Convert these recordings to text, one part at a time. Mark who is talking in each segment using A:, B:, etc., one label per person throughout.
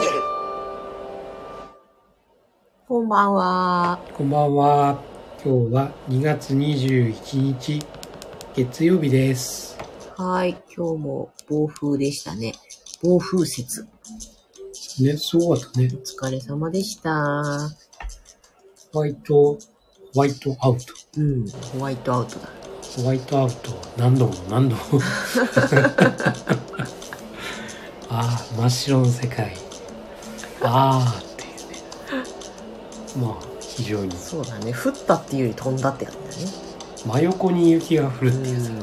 A: てる。
B: こんばんは。
C: こんばんは。今日は2月21日、月曜日です。
B: はい。今日も暴風でしたね。暴風雪。
C: ね、そうだったね。
B: お疲れ様でした。
C: ホワイト、ホワイトアウト。
B: うん。ホワイトアウトだ。
C: ホワイトアウトは何度も何度も。 ああ、真っ白の世界。ああ、っていうね。まあ、非常に。
B: そうだね。降ったっていうより飛んだってやつだね。
C: 真横に雪が降るっていうやつだね。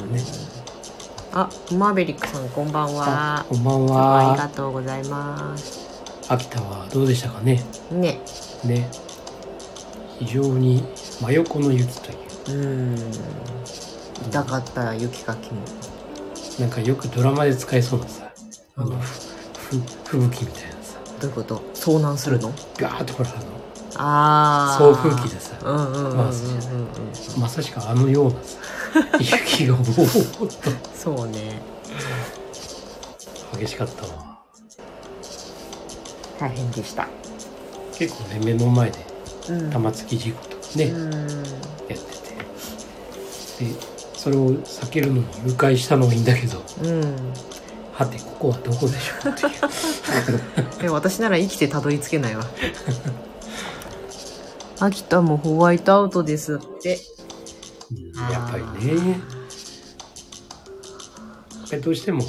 B: あ、マーベリックさんこんばんは
C: あ。こんばん
B: ありが
C: は。
B: とうございます。
C: 秋田はどうでしたかね。
B: ね。
C: ね。非常に真横の雪とい
B: う
C: う。
B: ん。痛かった雪かきも。
C: なんかよくドラマで使えそうなさ、あの、ふ、ふ、吹雪みたいなさ、
B: どういうこと遭難するの
C: ガーッとほら、あ
B: あ
C: の、
B: あ。
C: 送風機でさ、
B: うんうんうんうんうんうん
C: 回すじゃまさしくあのような さ、雪がもう、
B: そうね。
C: 激しかったわ。
B: 大変でした。
C: 結構ね、目の前で
B: うん
C: 玉突き事故とかね、や
B: う
C: ってて。で、それを避けるのに迂回したのはいいんだけど、
B: ん、うん、
C: はて、ここはどこでしょうっていう。
B: え私なら生きてたどり着けないわ 秋田もホワイトアウトですって
C: うんやっぱりね、やっぱりどうしても、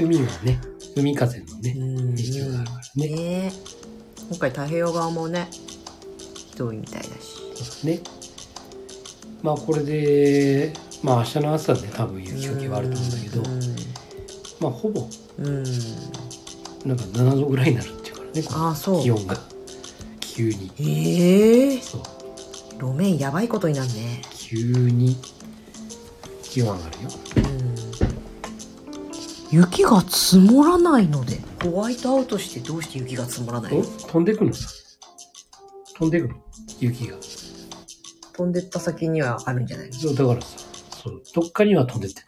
C: 海がね、海風のね、
B: うん
C: 影響があるからね。
B: ね今回太平洋側もねひどいみたいだし
C: そうですね。まあこれで、まあ明日の朝で多分雪かきはあると思うんだけど、まあほぼ
B: うん、うん
C: なんか7度ぐらいになるっていうからね、こ
B: ああそ
C: の気
B: う
C: 温が急に。
B: ええー、
C: そう、
B: 路面やばいことになるね
C: 急に気温上がるよ。
B: うん雪が積もらないのでホワイトアウトしてどうして雪が積もらない
C: お
B: の
C: 飛んでくのさ。飛んでくの雪が。
B: 飛んでった先にはあるんじゃない
C: そう、だからさ、そう、どっかには飛んでって。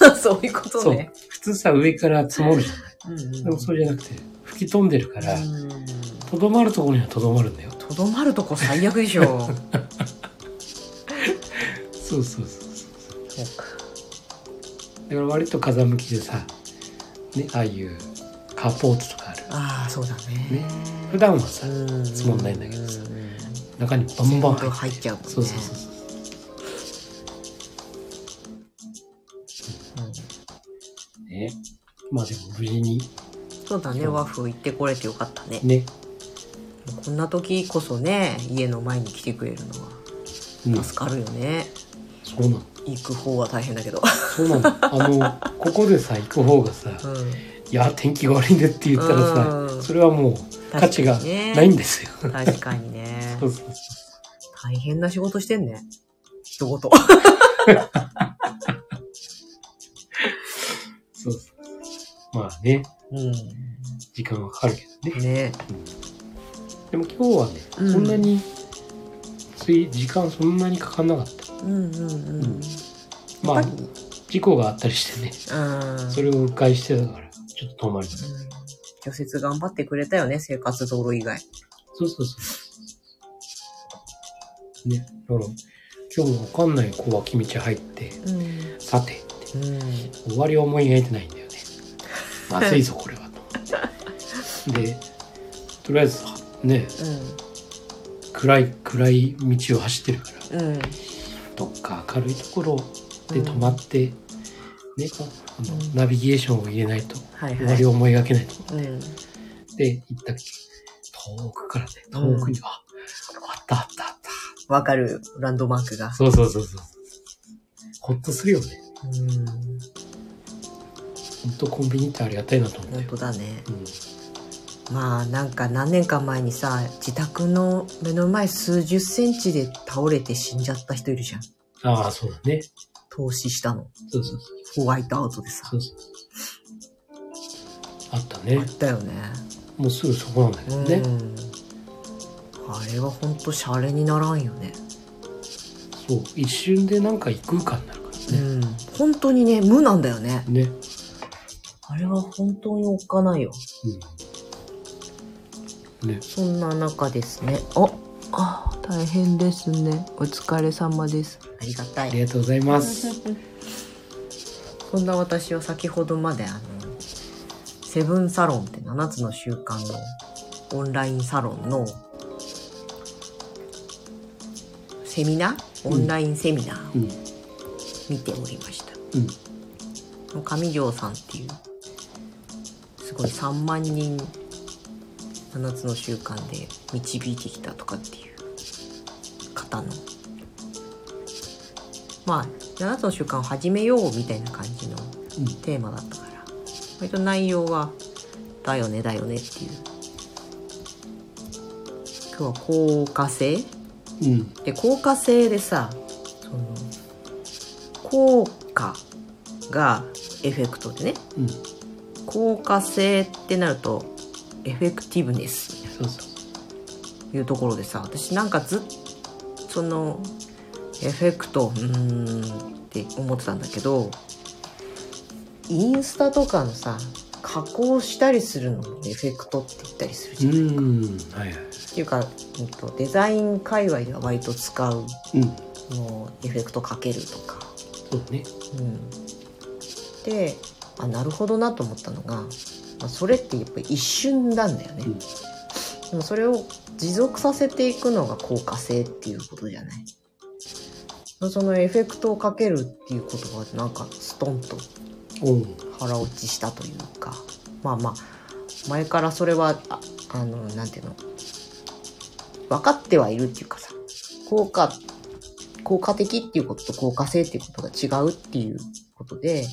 B: の そういうこと
C: そう
B: ね。
C: 普通さ、上から積もるじゃな
B: うん
C: い。
B: うん
C: でもそうじゃなくて、吹き飛んでるか
B: う
C: ら、
B: ん
C: とどまるところにはとどまるんだよ。
B: とどまるとこ最悪でし ょ
C: そうそうそうそう。
B: そうか
C: だから割と風向きでさ、ね、ああいうカーポートとかある
B: ああそうだね
C: ね普段はさ
B: うん
C: つもんないんだけどさ中にバンバン
B: 全部
C: 入
B: 入
C: っ
B: ってちゃうもんね
C: そうそうそうそう
B: うん
C: ねまあでも無事に
B: そうだね和風行ってこれてよかったね
C: ね、
B: こんな時こそね家の前に来てくれるのは
C: うん、
B: 助かるよね
C: そうなの
B: 行く方は大変 だけど
C: そうなのあのここでさ行く方がさ「
B: うん
C: いや天気が悪いね」って言ったら
B: う
C: さ
B: ん
C: それはもう価値が
B: 確かにね
C: ないんですよ、
B: 確かにね
C: そうそうそう
B: 大変な仕事してんね一言
C: そうそうまあね
B: うん
C: 時間はかかるけどね、
B: ね
C: でも今日はね、
B: うん
C: そんなについ時間そんなにかかんなかった
B: うんうんうん
C: ま
B: や
C: あ
B: っぱり
C: 事故があったりしてね
B: うん
C: それを迂回してたから、ちょっと止まりました。
B: うん除雪頑張ってくれたよね、生活道路以外。
C: そうそうそう。ね、だから、今日もわかんない子は脇道入って、
B: うん。うん。
C: さてって、終わりを思い描いてないんだ よね。まずいぞ、これは。と思ってで、とりあえず、ね、暗い、暗い道を走ってるか
B: う
C: ら、
B: ん。
C: どっか明るいところで止まって、ね、あの、ナビゲーションを入れないと、
B: はい
C: 終
B: は
C: わ
B: い
C: り。を思いがけないと。
B: うん。
C: で行ったっけ遠くからね遠くに、ああったあったあっ
B: わかる、ランドマークが
C: た。そうそうそうそうほっとするよね
B: うん。
C: ほんとコンビニってありがたいなと思った
B: 本
C: よ、
B: 当だね。
C: うん、
B: まあ、なんか何年か前にさ、自宅の目の前数十センチで倒れて死んじゃった人いるじゃん。
C: ああそうだね
B: 投資したの。
C: そうそう
B: ホワイトアウトでさ。
C: そうそうあった
B: あ
C: ね
B: ったよね。
C: もうすぐそこなんだけ
B: う
C: ど
B: ん。
C: ね、
B: あれは本当シャレにならんよね。
C: そう一瞬でなんか異空間になるから
B: う
C: ね、
B: ん。本当にね、無なんだよね。
C: ね、
B: あれは本当におっかないよ。
C: うん、ね
B: そんな中ですね。おあ大変ですね。お疲れ様です。ありがた
C: あ
B: い
C: り。がとうござい ます。
B: そんな私は先ほどまであのセブンサロンって7つの習慣のオンラインサロンのセミナーオンラインセミナー
C: うん、
B: 見ておりました。
C: うん、
B: 上条さんっていうすごい3万人7つの習慣で導いてきたとかっていう方のまあ7つの習慣を始めようみたいな感じのテーマだったから割と内容は「だよねだよね」っていう今日は効果性
C: うん、うん、
B: で効果性でさその効果がエフェクトでね
C: うん、
B: 効果性ってなるとエフェクティブネス
C: そうそう。
B: というところでさ私なんかずっそのエフェクトうーんって思ってたんだけどインスタとかのさ加工したりするのもエフェクトって言ったりするじゃん。っ
C: うん、はいはい。
B: ていうか、うんと、デザイン界隈では割と使う
C: うん、
B: のエフェクトかけるとか、
C: そうね。
B: うん、であなるほどなと思ったのが、まあ、それってやっぱ一瞬なんだよね、
C: うん
B: でもそれを持続させていくのが効果性っていうことじゃないそのエフェクトをかけるっていうことがなんかストンと
C: おう、
B: 腹落ちしたというかまあまあ前からそれはああのなんていうの分かってはいるっていうかさ効果効果的っていうことと効果性っていうことが違うっていうことで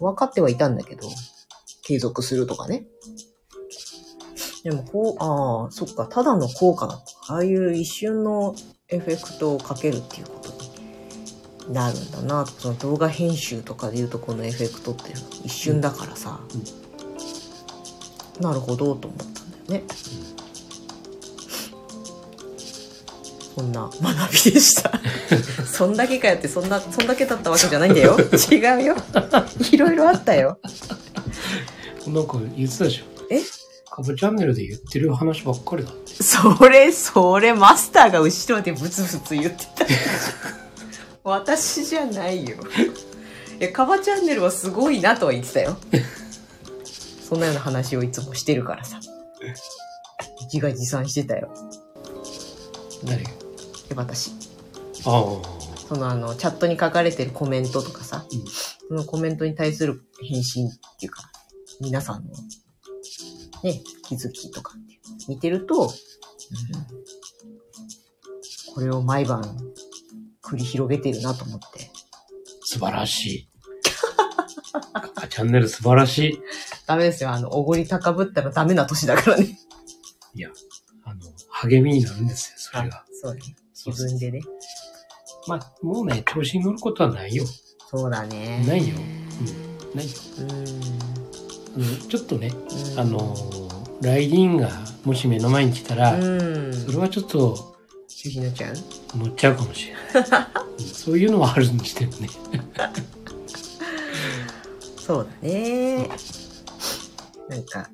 B: 分かってはいたんだけど継続するとかねでもこうああそっかただの効果だああいう一瞬のエフェクトをかけるっていうことになるんだなその動画編集とかでいうとこのエフェクトっていうのは一瞬だからさ、なるほどと思ったんだよね、そんな学びでしたそんだけかよってそんなそんだけだったわけじゃないんだよ違うよいろいろあったよ
C: なんか言ってたでしょ。
B: え
C: カブチャンネルで言ってる話ばっかりだって。
B: それそれマスターが後ろでブツブツ言ってた私じゃないよいやカバチャンネルはすごいなとは言ってたよそんなような話をいつもしてるからさ自画自賛してたよ
C: 誰が
B: え私
C: ああ、
B: そのあのチャットに書かれてるコメントとかさ、
C: うん
B: そのコメントに対する返信っていうか皆さんのね気づきとかっていう見てると、うんこれを毎晩繰り広げてるなと思って
C: 素晴らしい。カブチャンネル素晴らしい。
B: ダメですよあのおごり高ぶったらダメな年だからね
C: あの、励みになるんですよ、それが。
B: そうね自分でね
C: まあ、もうね、調子に乗ることはないよ。
B: そうだね
C: ないよ
B: う
C: ないよ。
B: ん
C: あのちょっとね、
B: うん
C: あのー、雷銀がもし目の前に来たら、
B: うん
C: それはちょっと
B: ちひなちゃん
C: 乗っちゃうかもしれない。うんそういうのはあるにしてもね。
B: そうだね。なんか、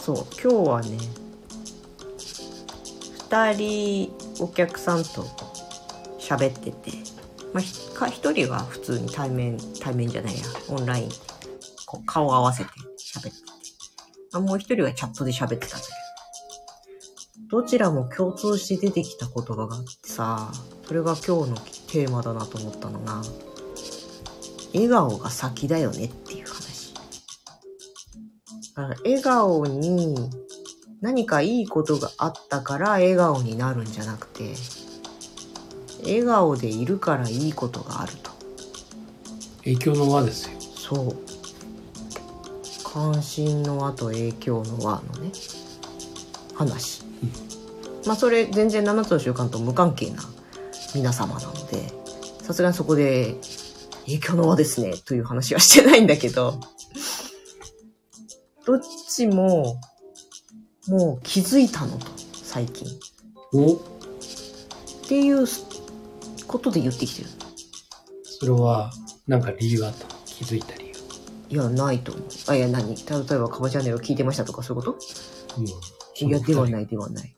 B: そう、今日はね、二人お客さんと喋ってて、まあ、ひか一人は普通に対面、対面じゃないや、オンライン、こう顔合わせて喋ってて、あもう一人はチャットで喋ってたんだけど、どちらも共通して出てきた言葉があってさ、それが今日のテーマだなと思ったのが、笑顔が先だよねっていう話。だから笑顔に何かいいことがあったから笑顔になるんじゃなくて、笑顔でいるからいいことがあると。
C: 影響の輪ですよ。
B: そう。関心の輪と影響の輪のね、話。まあそれ全然7つの習慣と無関係な皆様なので、さすがにそこで影響の輪ですねという話はしてないんだけど、どっちももう気づいたのと、最近。
C: お
B: っていうことで言ってきてる。
C: それは、なんか理由あったの気づいた理由。
B: いやないと思うあいや何例えば「カバチャンネル」を聞いてましたとかそういうこ
C: うん
B: といやではないいではない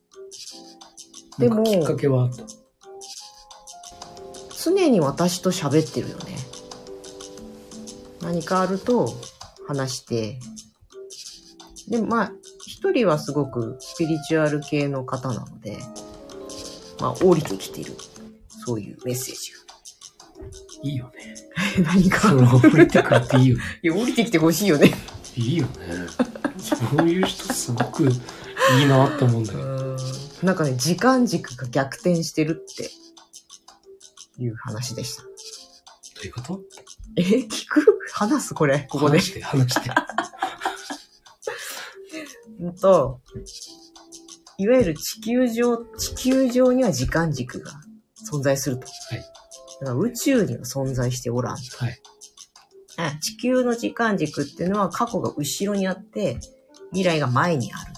B: で
C: で
B: も
C: もきっかけはあった
B: 常に私と喋ってるよね何かあると話してでまあ一人はすごくスピリチュアル系の方なのでまあ降りてきてるそういうメッセージ
C: いいよね
B: が 何か
C: その降りてくっていいよね
B: いや降りてきてほしいよね
C: いいよねそういう人すごくいいなって思うんだけど
B: なんかね時間軸が逆転してるっていう話でした
C: どういうこと
B: え聞く話すこれここで
C: 話して話して
B: うんと、いわゆる地球上、地球上には時間軸が存在すると。
C: い
B: だから宇宙には存在しておらん。
C: はい
B: あ地球の時間軸っていうのは過去が後ろにあって、未来が前にある。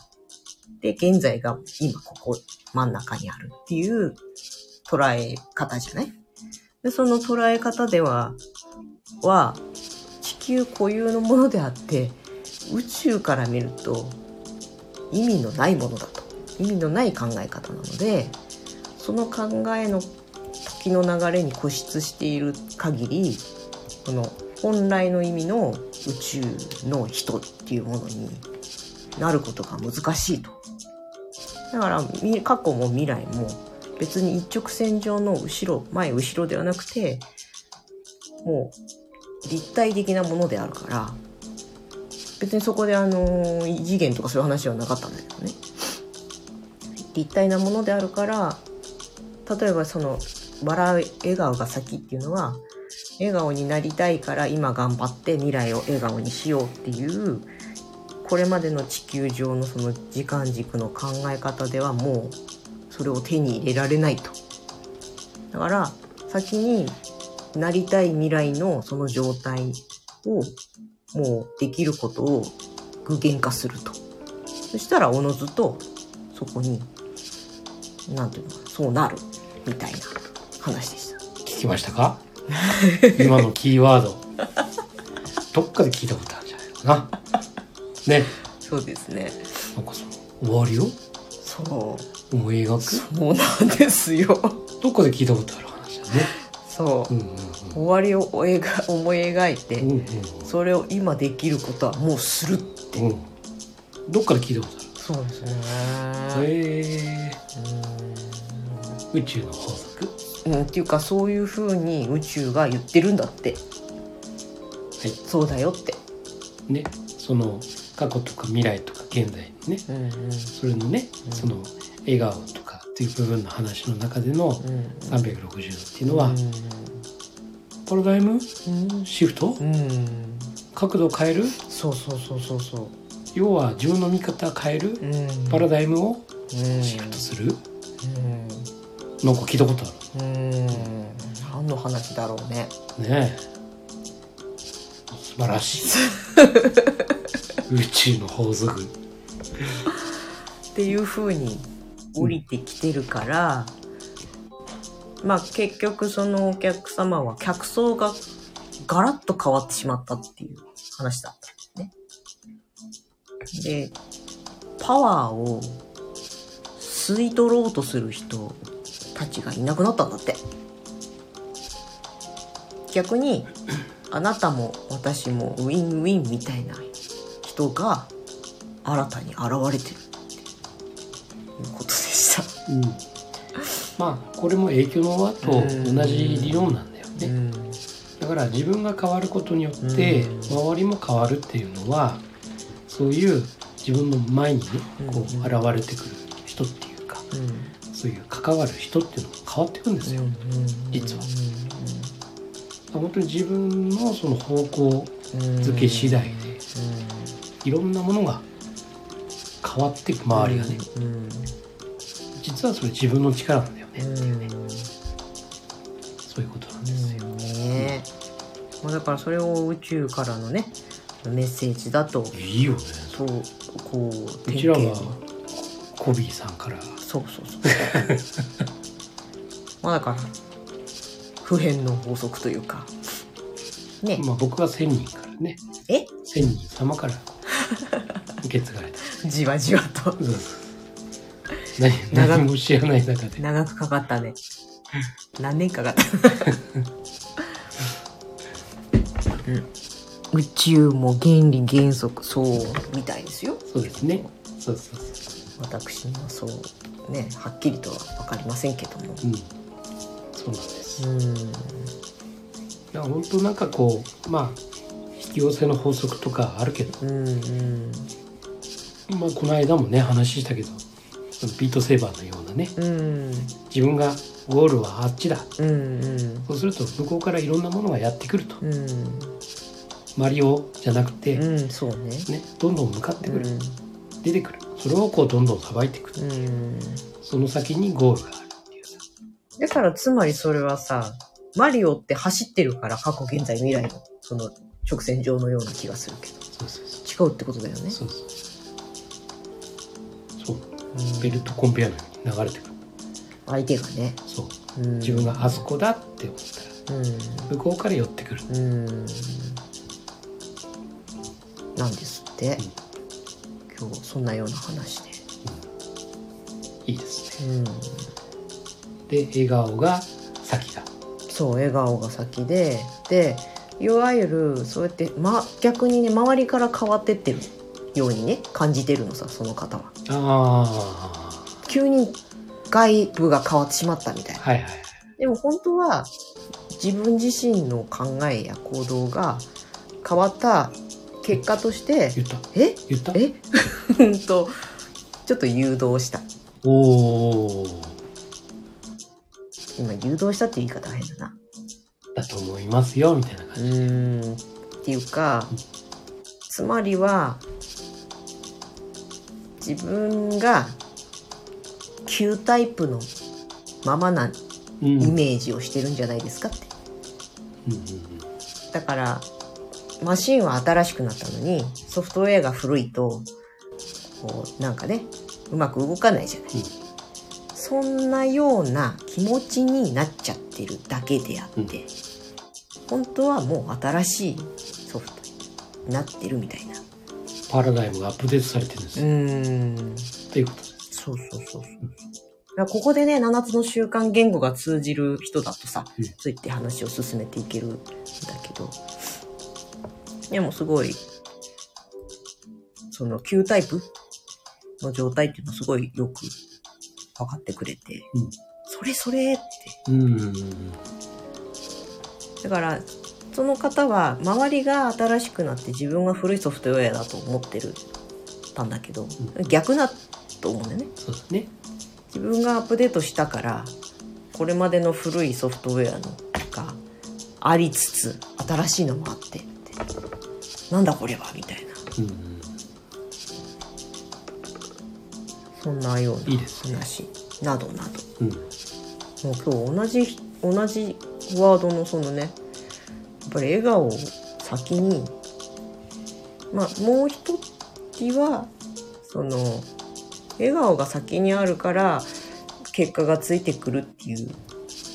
B: で、現在が今ここ真ん中にあるっていう捉え方じゃないで、その捉え方では、は、地球固有のものであって、宇宙から見ると意味のないものだと。意味のない考え方なので、その考えの時の流れに固執している限り、この本来の意味の宇宙の人っていうものになることが難しいとだからみ過去も未来も別に一直線上の後ろ前後ろではなくてもう立体的なものであるから別にそこであの異次元とかそういう話はなかったんだけどね立体なものであるから例えばその笑う笑顔が先っていうのは笑顔になりたいから今頑張って未来を笑顔にしようっていうこれまでの地球上のその時間軸の考え方ではもうそれを手に入れられないとだから先になりたい未来のその状態をもうできることを具現化するとそしたらおのずとそこになんていうのかなそうなるみたいな話でした。
C: 聞きまし たか今のキーワードどっかで聞いたことあるんじゃないのかなね
B: そうですね
C: なんかその終わりを
B: そう
C: 思い描
B: そうなんですよ。
C: くどっかで聞いたことある話だね
B: そうう。
C: んうん
B: 終わりを思い描思い描い
C: うん
B: て、
C: うん
B: それを今できることはもうするって。
C: うんうんどっかで聞いたこと
B: そうです
C: ある
B: ね。
C: へえ宇宙の法則は
B: うん、っていうかそういう風に宇宙が言ってるんだって。そうだよって。
C: いねその過去とか未来とか現在のね
B: うんうん
C: それのね
B: うん
C: その笑顔とかっていう部分の話の中での
B: うん。
C: 360度っていうのは、
B: うん
C: パラダイム
B: うん
C: シフト
B: うん。
C: 角度を変える
B: そうそうそうそうそ
C: 要は自分の見方を変える
B: う。うん。
C: パラダイムを
B: うん
C: シフトする
B: うん
C: なんか聞いたことあ
B: うん。何の話だろうね。
C: るねえ素晴らしい宇宙の法則
B: っていう風に降りてきてるから、まあ結局そのお客様は客層がガラッと変わってしまったっていう話だったんですね。で、パワーを吸い取ろうとする人たちがいなくなったんだって。逆にあなたも私もウィンウィンみたいな人が新たに現れてる。ということでした。
C: うんまあこれも影響の輪と同じ理論なんだよねだから自分が変わることによって
B: うん
C: 周りも変わるっていうのはそういう自分の前にねこう
B: うん
C: 現れてくる人っていうか
B: うん
C: そういう関わる人っていうのが変わってくんですよ実は本当に自分のその方向づけ次第でいろんなものが変わっていく周りがね、
B: うんうん
C: 実はそれ自分の力なんだよね、
B: うん
C: そういうことなんですよ、
B: ねまあだからそれを宇宙からのねメッセージだと
C: いいよね
B: そうこう
C: うちら
B: 典
C: は
B: 型の
C: コビーさんから
B: そうそうそう まあだから普遍の法則というかね、
C: まあ、僕は1000人からねね
B: え
C: 仙人様 から受け継がれた
B: じわじわと
C: そうそう何
B: 長
C: 何も知らない中で
B: 長くかかったね何年かかった、うん、宇宙も原理原則そうみたいですよ
C: そうですねそうそうそ
B: 私にはそうねはっきりとは分かりませんけども
C: ううんそうなんです
B: うん
C: いや本当なんかこうまあ引き寄せの法則とかあるけど
B: うんうん
C: まあ、この間もね話したけどビートセーバーのようなね
B: うん
C: 自分がゴールはあっちだ
B: うんうん
C: そうすると向こうからいろんなものがやってくると
B: うん
C: マリオじゃなくて、ね、
B: うんそうね
C: どんどん向かって
B: う
C: くる、
B: ん
C: 出てくるそれをこうどんどんさばいていく
B: うん
C: その先にゴールがあるっていうさ
B: だからつまりそれはさマリオって走ってるから過去現在未来のその直線上のような気がするけ
C: そうそうそ
B: ど違うってことだよね
C: うそうそうそうベルトコンベヤーのように流れてくる
B: 相手がね、
C: そう
B: うん、
C: 自分があそこだって思ったら向こうから寄ってくる
B: うんうんなんですって、今日そんなような話で
C: いいですね
B: うん
C: で笑顔が先が
B: そう笑顔が先ででいわゆるそうやって、ま、逆にね周りから変わってってるようにね感じてるのさその方は
C: ああ
B: 急に外部が変わってしまったみたいな
C: はいはいはい
B: でも本当は自分自身の考えや行動が変わった結果として
C: 言った
B: え
C: 言った
B: え うんとちょっと誘導した
C: おお
B: 今誘導したって言い方変だな
C: だと思いますよみたいな
B: う
C: 感じ、
B: ーんっていうかつまりは自分が旧タイプのままな
C: うんうん
B: イ
C: うん
B: メージをしてるんじゃないですかって、
C: うん
B: だからマシンは新しくなったのにソフトウェアが古いとこうなんかねうまく動かないじゃない、
C: うん
B: そんなような気持ちになっちゃってるだけであって、
C: うん
B: 本当はもう新しいソフトになってるみたいな
C: パラダイムがアップデートされてるんです、
B: ん
C: っていうことです
B: そうそうそうそう。だからここでね、7つの習慣言語が通じる人だとさ、
C: うん
B: そう言って話を進めていけるんだけど、でもすごい、その旧タイプの状態っていうのはすごいよく分かってくれて、
C: うん
B: それそれって。
C: うんうんうん
B: だから、その方は周りが新しくなって自分が古いソフトウェアだと思ってるたんだけど、逆だと思うんだよね。
C: そうだね
B: 自分がアップデートしたからこれまでの古いソフトウェアのがありつつ新しいのもあってってなんだこれはみたいな
C: うんうん
B: そんなようない
C: いですね
B: 話などな
C: うん
B: どもう今日同じ同じワードのそのねやっぱり笑顔を先にまあもう一つはその笑顔が先にあるから結果がついてくるっていう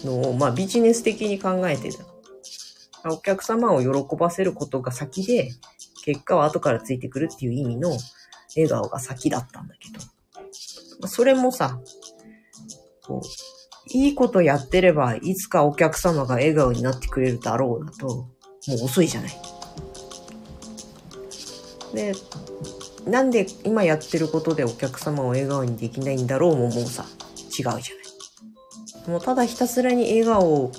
B: のを、まあ、ビジネス的に考えてる。お客様を喜ばせることが先で、結果は後からついてくるっていう意味の笑顔が先だったんだけど。まあそれもさ、こう、いいことやってれば、いつかお客様が笑顔になってくれるだろうだと、もう遅いじゃない。で、なんで今やってることでお客様を笑顔にできないんだろうももうさ、違うじゃない。もうただひたすらに笑顔、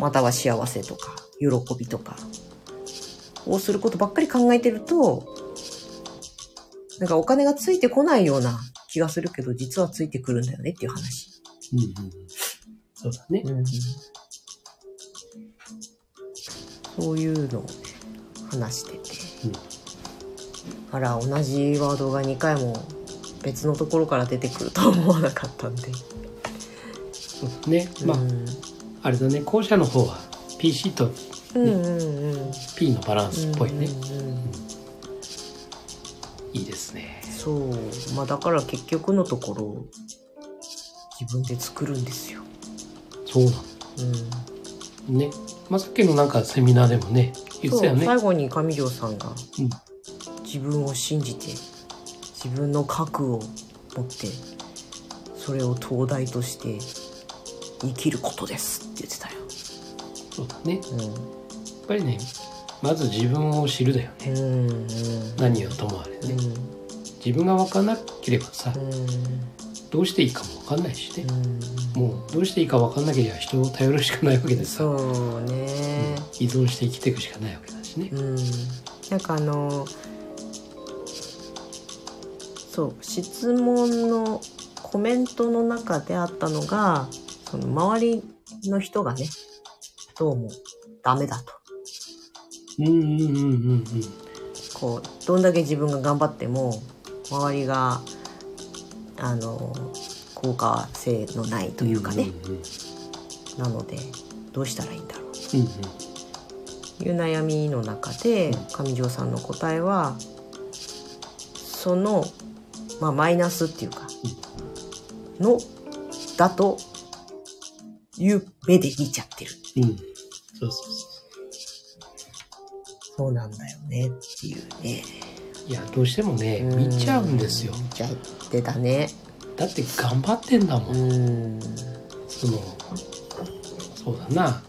B: または幸せとか、喜びとか、をすることばっかり考えてると、なんかお金がついてこないような気がするけど、実はついてくるんだよねっていう話。
C: うんうんそうだね
B: そういうのをね話してて、
C: うん
B: あら同じワードが2回も別のところから出てくるとは思わなかったんで、
C: そうだねまあ、
B: うん
C: あれだね後者の方は PC と
B: うんうんうん
C: P のバランスっぽいね、
B: うんうんうん
C: いいですね
B: そうまあだから結局のところ自分で作るんですよ、
C: そうな
B: うん、
C: のねまあさっきのなんかセミナーでもね言っ
B: そ
C: てたよ
B: う
C: ね
B: 最後に上条さんが、
C: うん
B: 自分を信じて自分の核を持ってそれを灯台として生きることですって言ってたよ。
C: そうだねや
B: う
C: っぱりねまず自分を知るだよね
B: んうんうん
C: 何をともあれ
B: う
C: ね
B: ん
C: 自分が分からなければさ
B: う
C: どうしていいかも分かんないしね
B: ん
C: もうどうしていいか分かんなければ人を頼るしかないわけ
B: う
C: で
B: ん
C: さ、うん
B: そうね。
C: 依存して生きていくしかないわけだしね
B: うん、なんかあのそう質問のコメントの中であったのがその周りの人がねどうもダメだと
C: うんうんうんうんうん
B: こうどんだけ自分が頑張っても周りがあの効果性のないというかね、
C: うんうんうん
B: なのでどうしたらいいんだろう
C: うんうん
B: いう悩みの中で上条さんの答えはその、まあ、マイナスっていうかのだという目で見ちゃってる
C: うんそうそうそ
B: そうなんだよねっていうね
C: ういやどうしてもね見ちゃうんですよ
B: 見ちゃってたね
C: だって頑張ってんだもん
B: うん
C: そのそうだな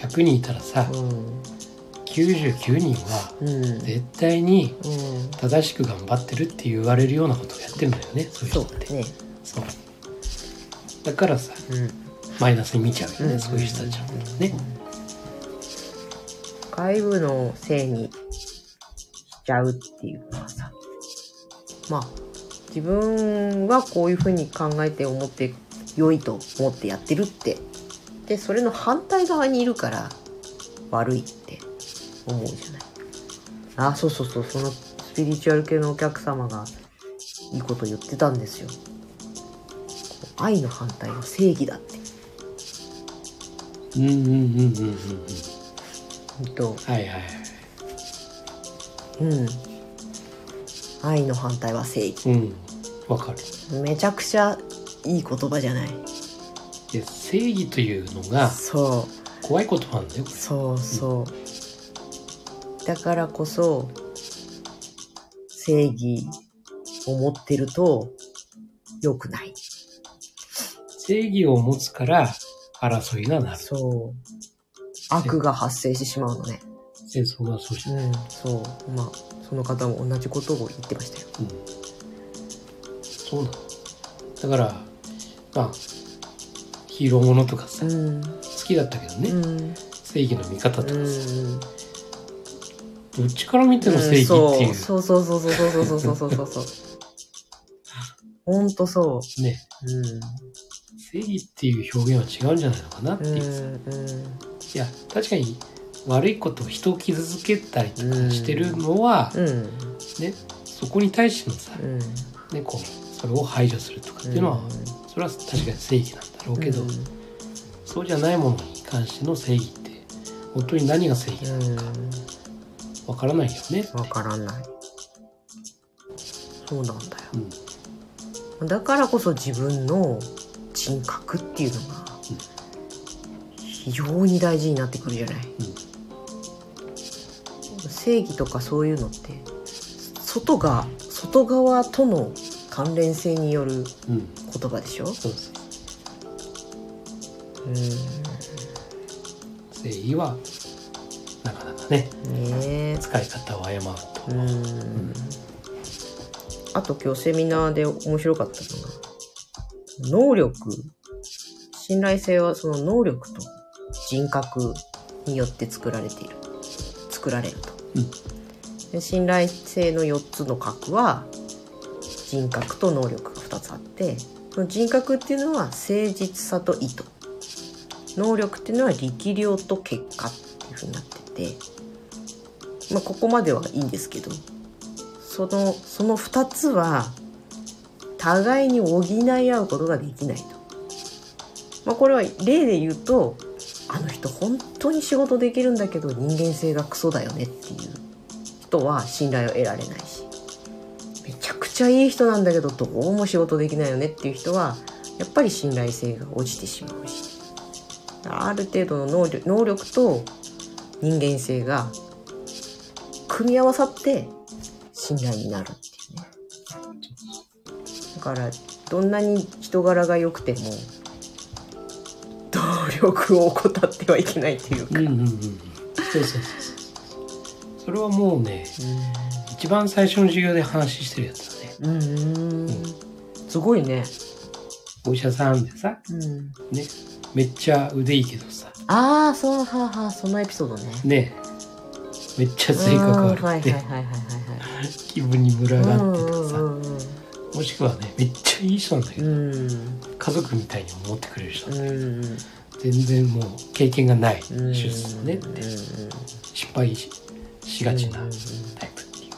C: 100人いたらさ
B: うん
C: 99人は
B: うん
C: 絶対に
B: うん
C: 正しく頑張ってるって言われるようなことをやってんだよねそういう
B: そう
C: 人っ
B: だ
C: て
B: ね
C: そうだからさ
B: うん
C: マイナスに見ちゃうよね、
B: うん
C: そういう人たちのことね
B: 外部のせいにしちゃうっていうのはさまあ自分はこういうふうに考えて思って良いと思ってやってるってでそれの反対側にいるから悪いって思うじゃないあそうそうそうそのスピリチュアル系のお客様がいいこと言ってたんですよこう愛の反対は正義だって
C: うんうんうんうんうんうん
B: うんと
C: はいはいはい
B: うん愛の反対は正義
C: うんわかる
B: めちゃくちゃいい言葉じゃない
C: で正義というのが
B: そ
C: 怖い言葉なんだよこ
B: うそうそうだからこそ正義を持ってると良くない
C: れ正義を持つから争いがなる
B: そう悪が発生してしまうのね
C: 戦争がそうして、
B: うんそうまあその方も同じことを言ってましたよ
C: うん、そうなのだからまあヒーローものとかさ、好
B: ん
C: きだったけどね、
B: うん
C: 正義の味方とか
B: う
C: さ、
B: ん
C: どっちから見ても正義っていう、
B: そうそうそうそうそうそうそうそうそうそうほんとそ
C: ね
B: ううん
C: 正義っていう表現は違うんじゃないのかなって
B: う
C: い
B: ん
C: うさ、いや確かに悪いことを人を傷つけたりとかしてるのは、
B: うんうん
C: ねそこに対してのさ、
B: うん
C: ねこうそれを排除するとかっていうのは、それは確かに正義なんだろうけど、
B: うん
C: そうじゃないものに関しての正義って本当に何が正義なのかわからないよねって
B: わからないそうなんだ
C: うん
B: よだからこそ自分の人格っていうのが
C: うん
B: 非常に大事になってくるじゃない、正義とかそういうのって外が外側との関連性による
C: うん
B: 言葉でしょ、
C: そうそう
B: う
C: 正義はなかなかね
B: ん、ねえ
C: 使い方を誤ると、
B: うんあと今日セミナーで面白かったのが能力信頼性はその能力と人格によって作られている作られると、で信頼性の4つの核は人格と能力が2つあってその人格っていうのは誠実さと意図能力っていうのは力量と結果っていうふうになってて、まあ、ここまではいいんですけどそのその2つは互いに補い合うことができないと、まあ、これは例で言うとあの人本当に仕事できるんだけど人間性がクソだよねっていう人は信頼を得られないしめちゃくちゃいい人なんだけどどうも仕事できないよねっていう人はやっぱり信頼性が落ちてしまうしある程度の能力能力と人間性が組み合わさって信頼になるっていうねだからどんなに人柄が良くても努力を怠ってはいけないっていう
C: う
B: か、
C: んうんうんうんそうそうそうそうそれはもうね一番最初の授業で話してるやつだ
B: う
C: ね
B: ん、うんすごいね、
C: お医者さんでさ
B: うん、
C: ねめっちゃ腕いいけどさ
B: ああそうはあはあそのエピソードね
C: ねめっちゃ性格悪
B: うんはい
C: く
B: はい
C: て、
B: はいはいはい
C: 気分にムラ
B: はい
C: が
B: う
C: あ
B: ん
C: っ
B: う
C: てとかさ、
B: んうん
C: もしくはねめっちゃいい人なんだけ
B: う
C: ど、
B: んうん
C: 家族みたいに思ってくれる人、
B: うんうん
C: 全然もう経験がない
B: うん
C: 出産ね、
B: うんうんうん
C: 失敗ししがちな
B: うん
C: タイプってい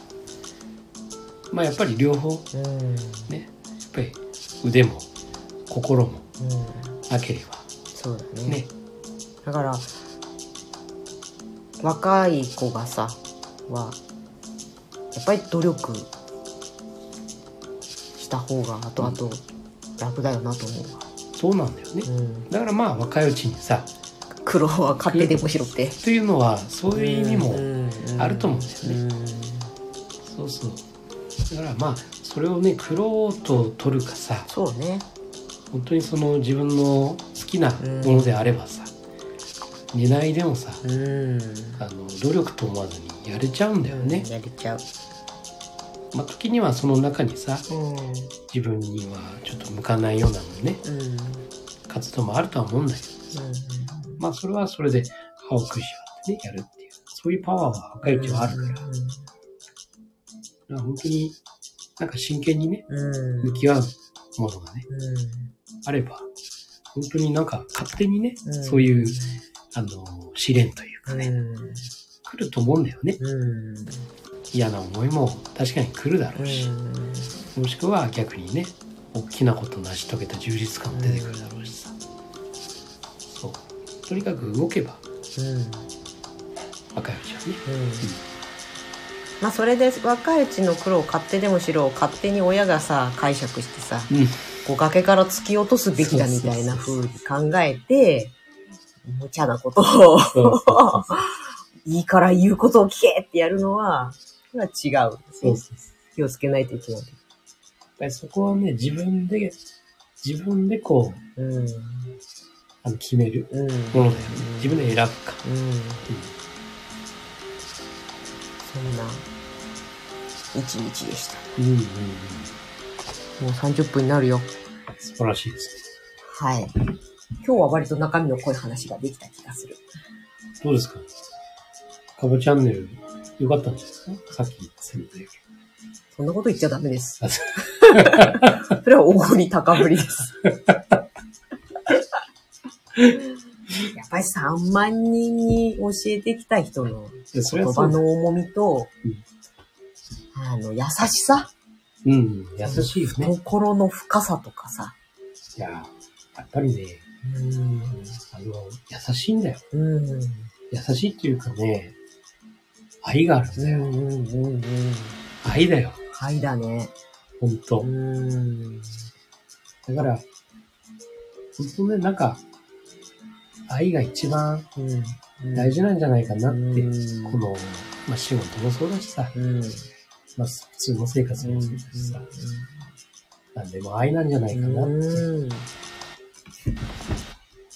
C: うまあやっぱり両方
B: うん
C: ねやっぱり腕も心も
B: うん
C: なければ
B: そうだね
C: ね、
B: だから若い子がさはやっぱり努力した方が後々楽だよなと思うわ、
C: そうなんだよね、
B: うん、
C: だからまあ若いうちにさ
B: 苦労は勝手でも拾って
C: というのはそういう意味も、あると思うんですよね
B: ね
C: そうそうだからまあそれをね苦労と取るかさ
B: そうね
C: 本当にその自分の好きなものであればさ、担いでもさ
B: うん
C: あの努力と思わずにやれちゃうんだよね、
B: やれちゃう
C: まあ、時にはその中にさ
B: うん
C: 自分にはちょっと向かないようなのね
B: うん
C: 活動もあるとは思うんだけどまあそれはそれで歯を食いしばってねやるっていうそういうパワーは若いうちはあるからだか
B: うん
C: ら本当になんか真剣にね
B: うん
C: 向き合うものがね
B: う
C: あれば本当になんか勝手にね、
B: ん
C: そういうあの試練というかね、
B: うん
C: 来ると思うんだよね
B: うん
C: 嫌な思いも確かに来るだろ
B: う
C: うし、
B: ん
C: もしくは逆にね大きなこと成し遂げた充実感も出てくるだろうしさ、そうとにかく動けば
B: うん
C: 若いうちはね
B: うんまあそれで若いうちの苦労を勝手でもしろ勝手に親がさ解釈してさ
C: うん
B: こう崖から突き落とすべきだみたいな風に考えて無茶なことを
C: そうそう
B: いいから言うことを聞けってやるのはそれは違う
C: そうそう
B: 気をつけないといけない。
C: やっぱりそこはね自分で自分でこう
B: うん
C: あの決める
B: うん
C: ものだよね自分で選ぶか、
B: うん
C: うん
B: そんな一日でした。
C: うんうんうん、
B: もう30分になるよ。
C: 素晴らしいです
B: はい。今日は割と中身の濃い話ができた気がする。
C: どうですかカボチャンネル良かったんですかさっき言ってたみたいに
B: そんなこと言っちゃダメです。
C: あそ
B: それは大振り高ぶり です。やっぱり3万人に教えてきた人の
C: う それ
B: 言
C: はそ
B: 葉
C: う
B: の重みと
C: うん、
B: あの、優しさ
C: うん優しいよね
B: 心の深さとかさ。
C: いややっぱりね
B: うん。
C: あの優しいんだよ
B: うん。
C: 優しいっていうかね、愛がある
B: うんう
C: んだよ。
B: んうんうん。
C: 愛だよ、
B: はいだね。
C: ほんと
B: う。ん。
C: だから、ほんとね、なんか、愛が一番
B: うん
C: 大事なんじゃないかなって、
B: うん
C: この、まあ、仕事もそうだしさ、
B: うん。
C: まあ、普通の生活もそうだしさ、なんでも愛なんじゃないかなって。
B: うん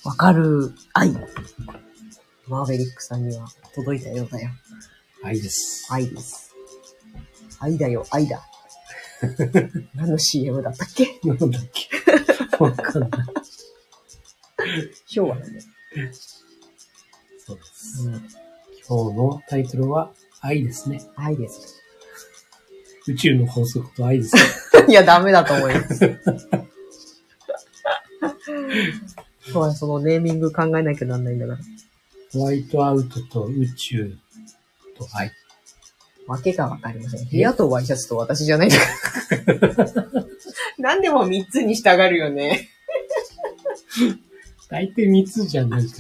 B: わかる愛。マーベリックさんには届いたようだよ。
C: 愛です。
B: 愛です。愛だよ、愛だ。何の CM だったっけ
C: なんだっ け。わかんない。
B: 昭和だね。
C: そうです。今日のタイトルは、愛ですね。
B: 愛です。
C: 宇宙の法則と愛です。
B: いや、ダメだと思います。 そうだそのネーミング考えなきゃなんないんだから。
C: ホワイトアウトと宇宙と愛。
B: わけがわかりません。部屋とワイシャツと私じゃないんだ から。何でも3つに従るよね。
C: 大体3つじゃん、なんか。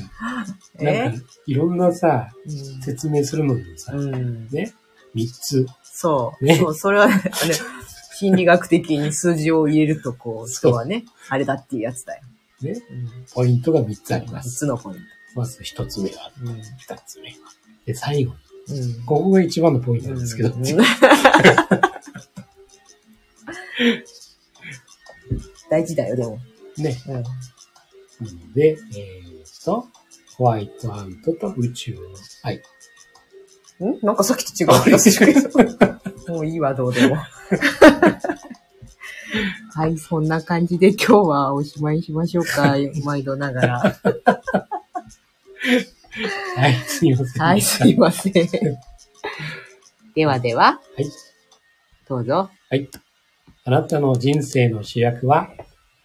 C: な
B: え
C: んか、いろんなさ、
B: う
C: 説明するのにもさ、
B: んうん。
C: ね、3つ。
B: そう。
C: ね
B: そう、それは、あの、心理学的に数字を入れると、こう、人はね、あれだっていうやつだよ。
C: ね、
B: うん。
C: ポイントが3つあり
B: 3
C: ます。
B: つのポイン
C: まず1つ目は、
B: ト。うん。
C: 2つ目は、で、最後、
B: うん
C: ここが一番のポイントなんですけど、
B: うん 大事だよ、でも。
C: ね。
B: うん。
C: なので、えーと、ホワイトアウトと宇宙の愛。
B: んなんかさっきと違う気がするけど。もういいわ、どうでも。 はい、そんな感じで今日はおしまいにしましょうか。毎度ながら。
C: はい、すみません。
B: はい、すいま せん。ではでは、
C: はい。
B: どうぞ。
C: はい。あなたの人生の主役は、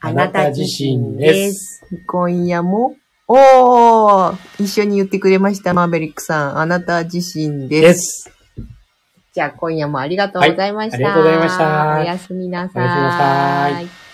C: あなた自身です。
B: 今夜も、おー一緒に言ってくれました、マーベリックさん。あなた自身です。
C: す。
B: じゃあ今夜もありがとうございました。
C: はいありがとうございました
B: おやすみなさ
C: おやすみなさ
B: い
C: い。